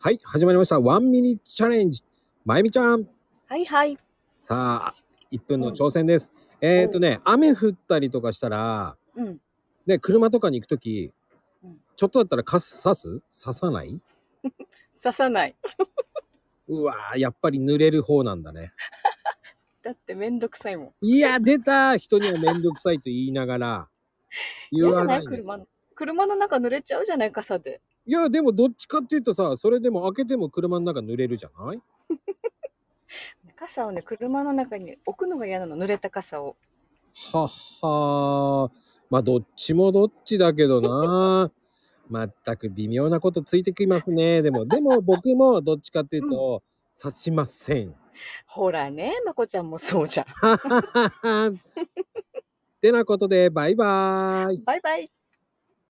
はい、始まりました。ワンミニチャレンジ。まゆみちゃん。はいはい。さあ、1分の挑戦です。えっ、とね、雨降ったりとかしたら、うん。ね、車とかに行くときうん、ちょっとだったら傘刺す刺さない刺さない。うわー、やっぱり濡れる方なんだね。だってめんどくさいもん。いや、出た人にはめんどくさいと言いながら、言嫌じゃなないいんです車の。車の中濡れちゃうじゃない傘で。いや、でもどっちかっていうとさ、それでも開けても車の中濡れるじゃない傘をね、車の中に置くのが嫌なの、濡れた傘を。はっはーまあどっちもどっちだけどなまったく微妙なことついてきますねでもでも僕もどっちかっていうと、刺しませんほらね、まこちゃんもそうじゃん。てなことでバイバーイバイバイ。